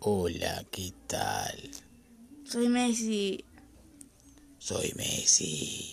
Hola, ¿qué tal? Soy Messi. Soy Messi.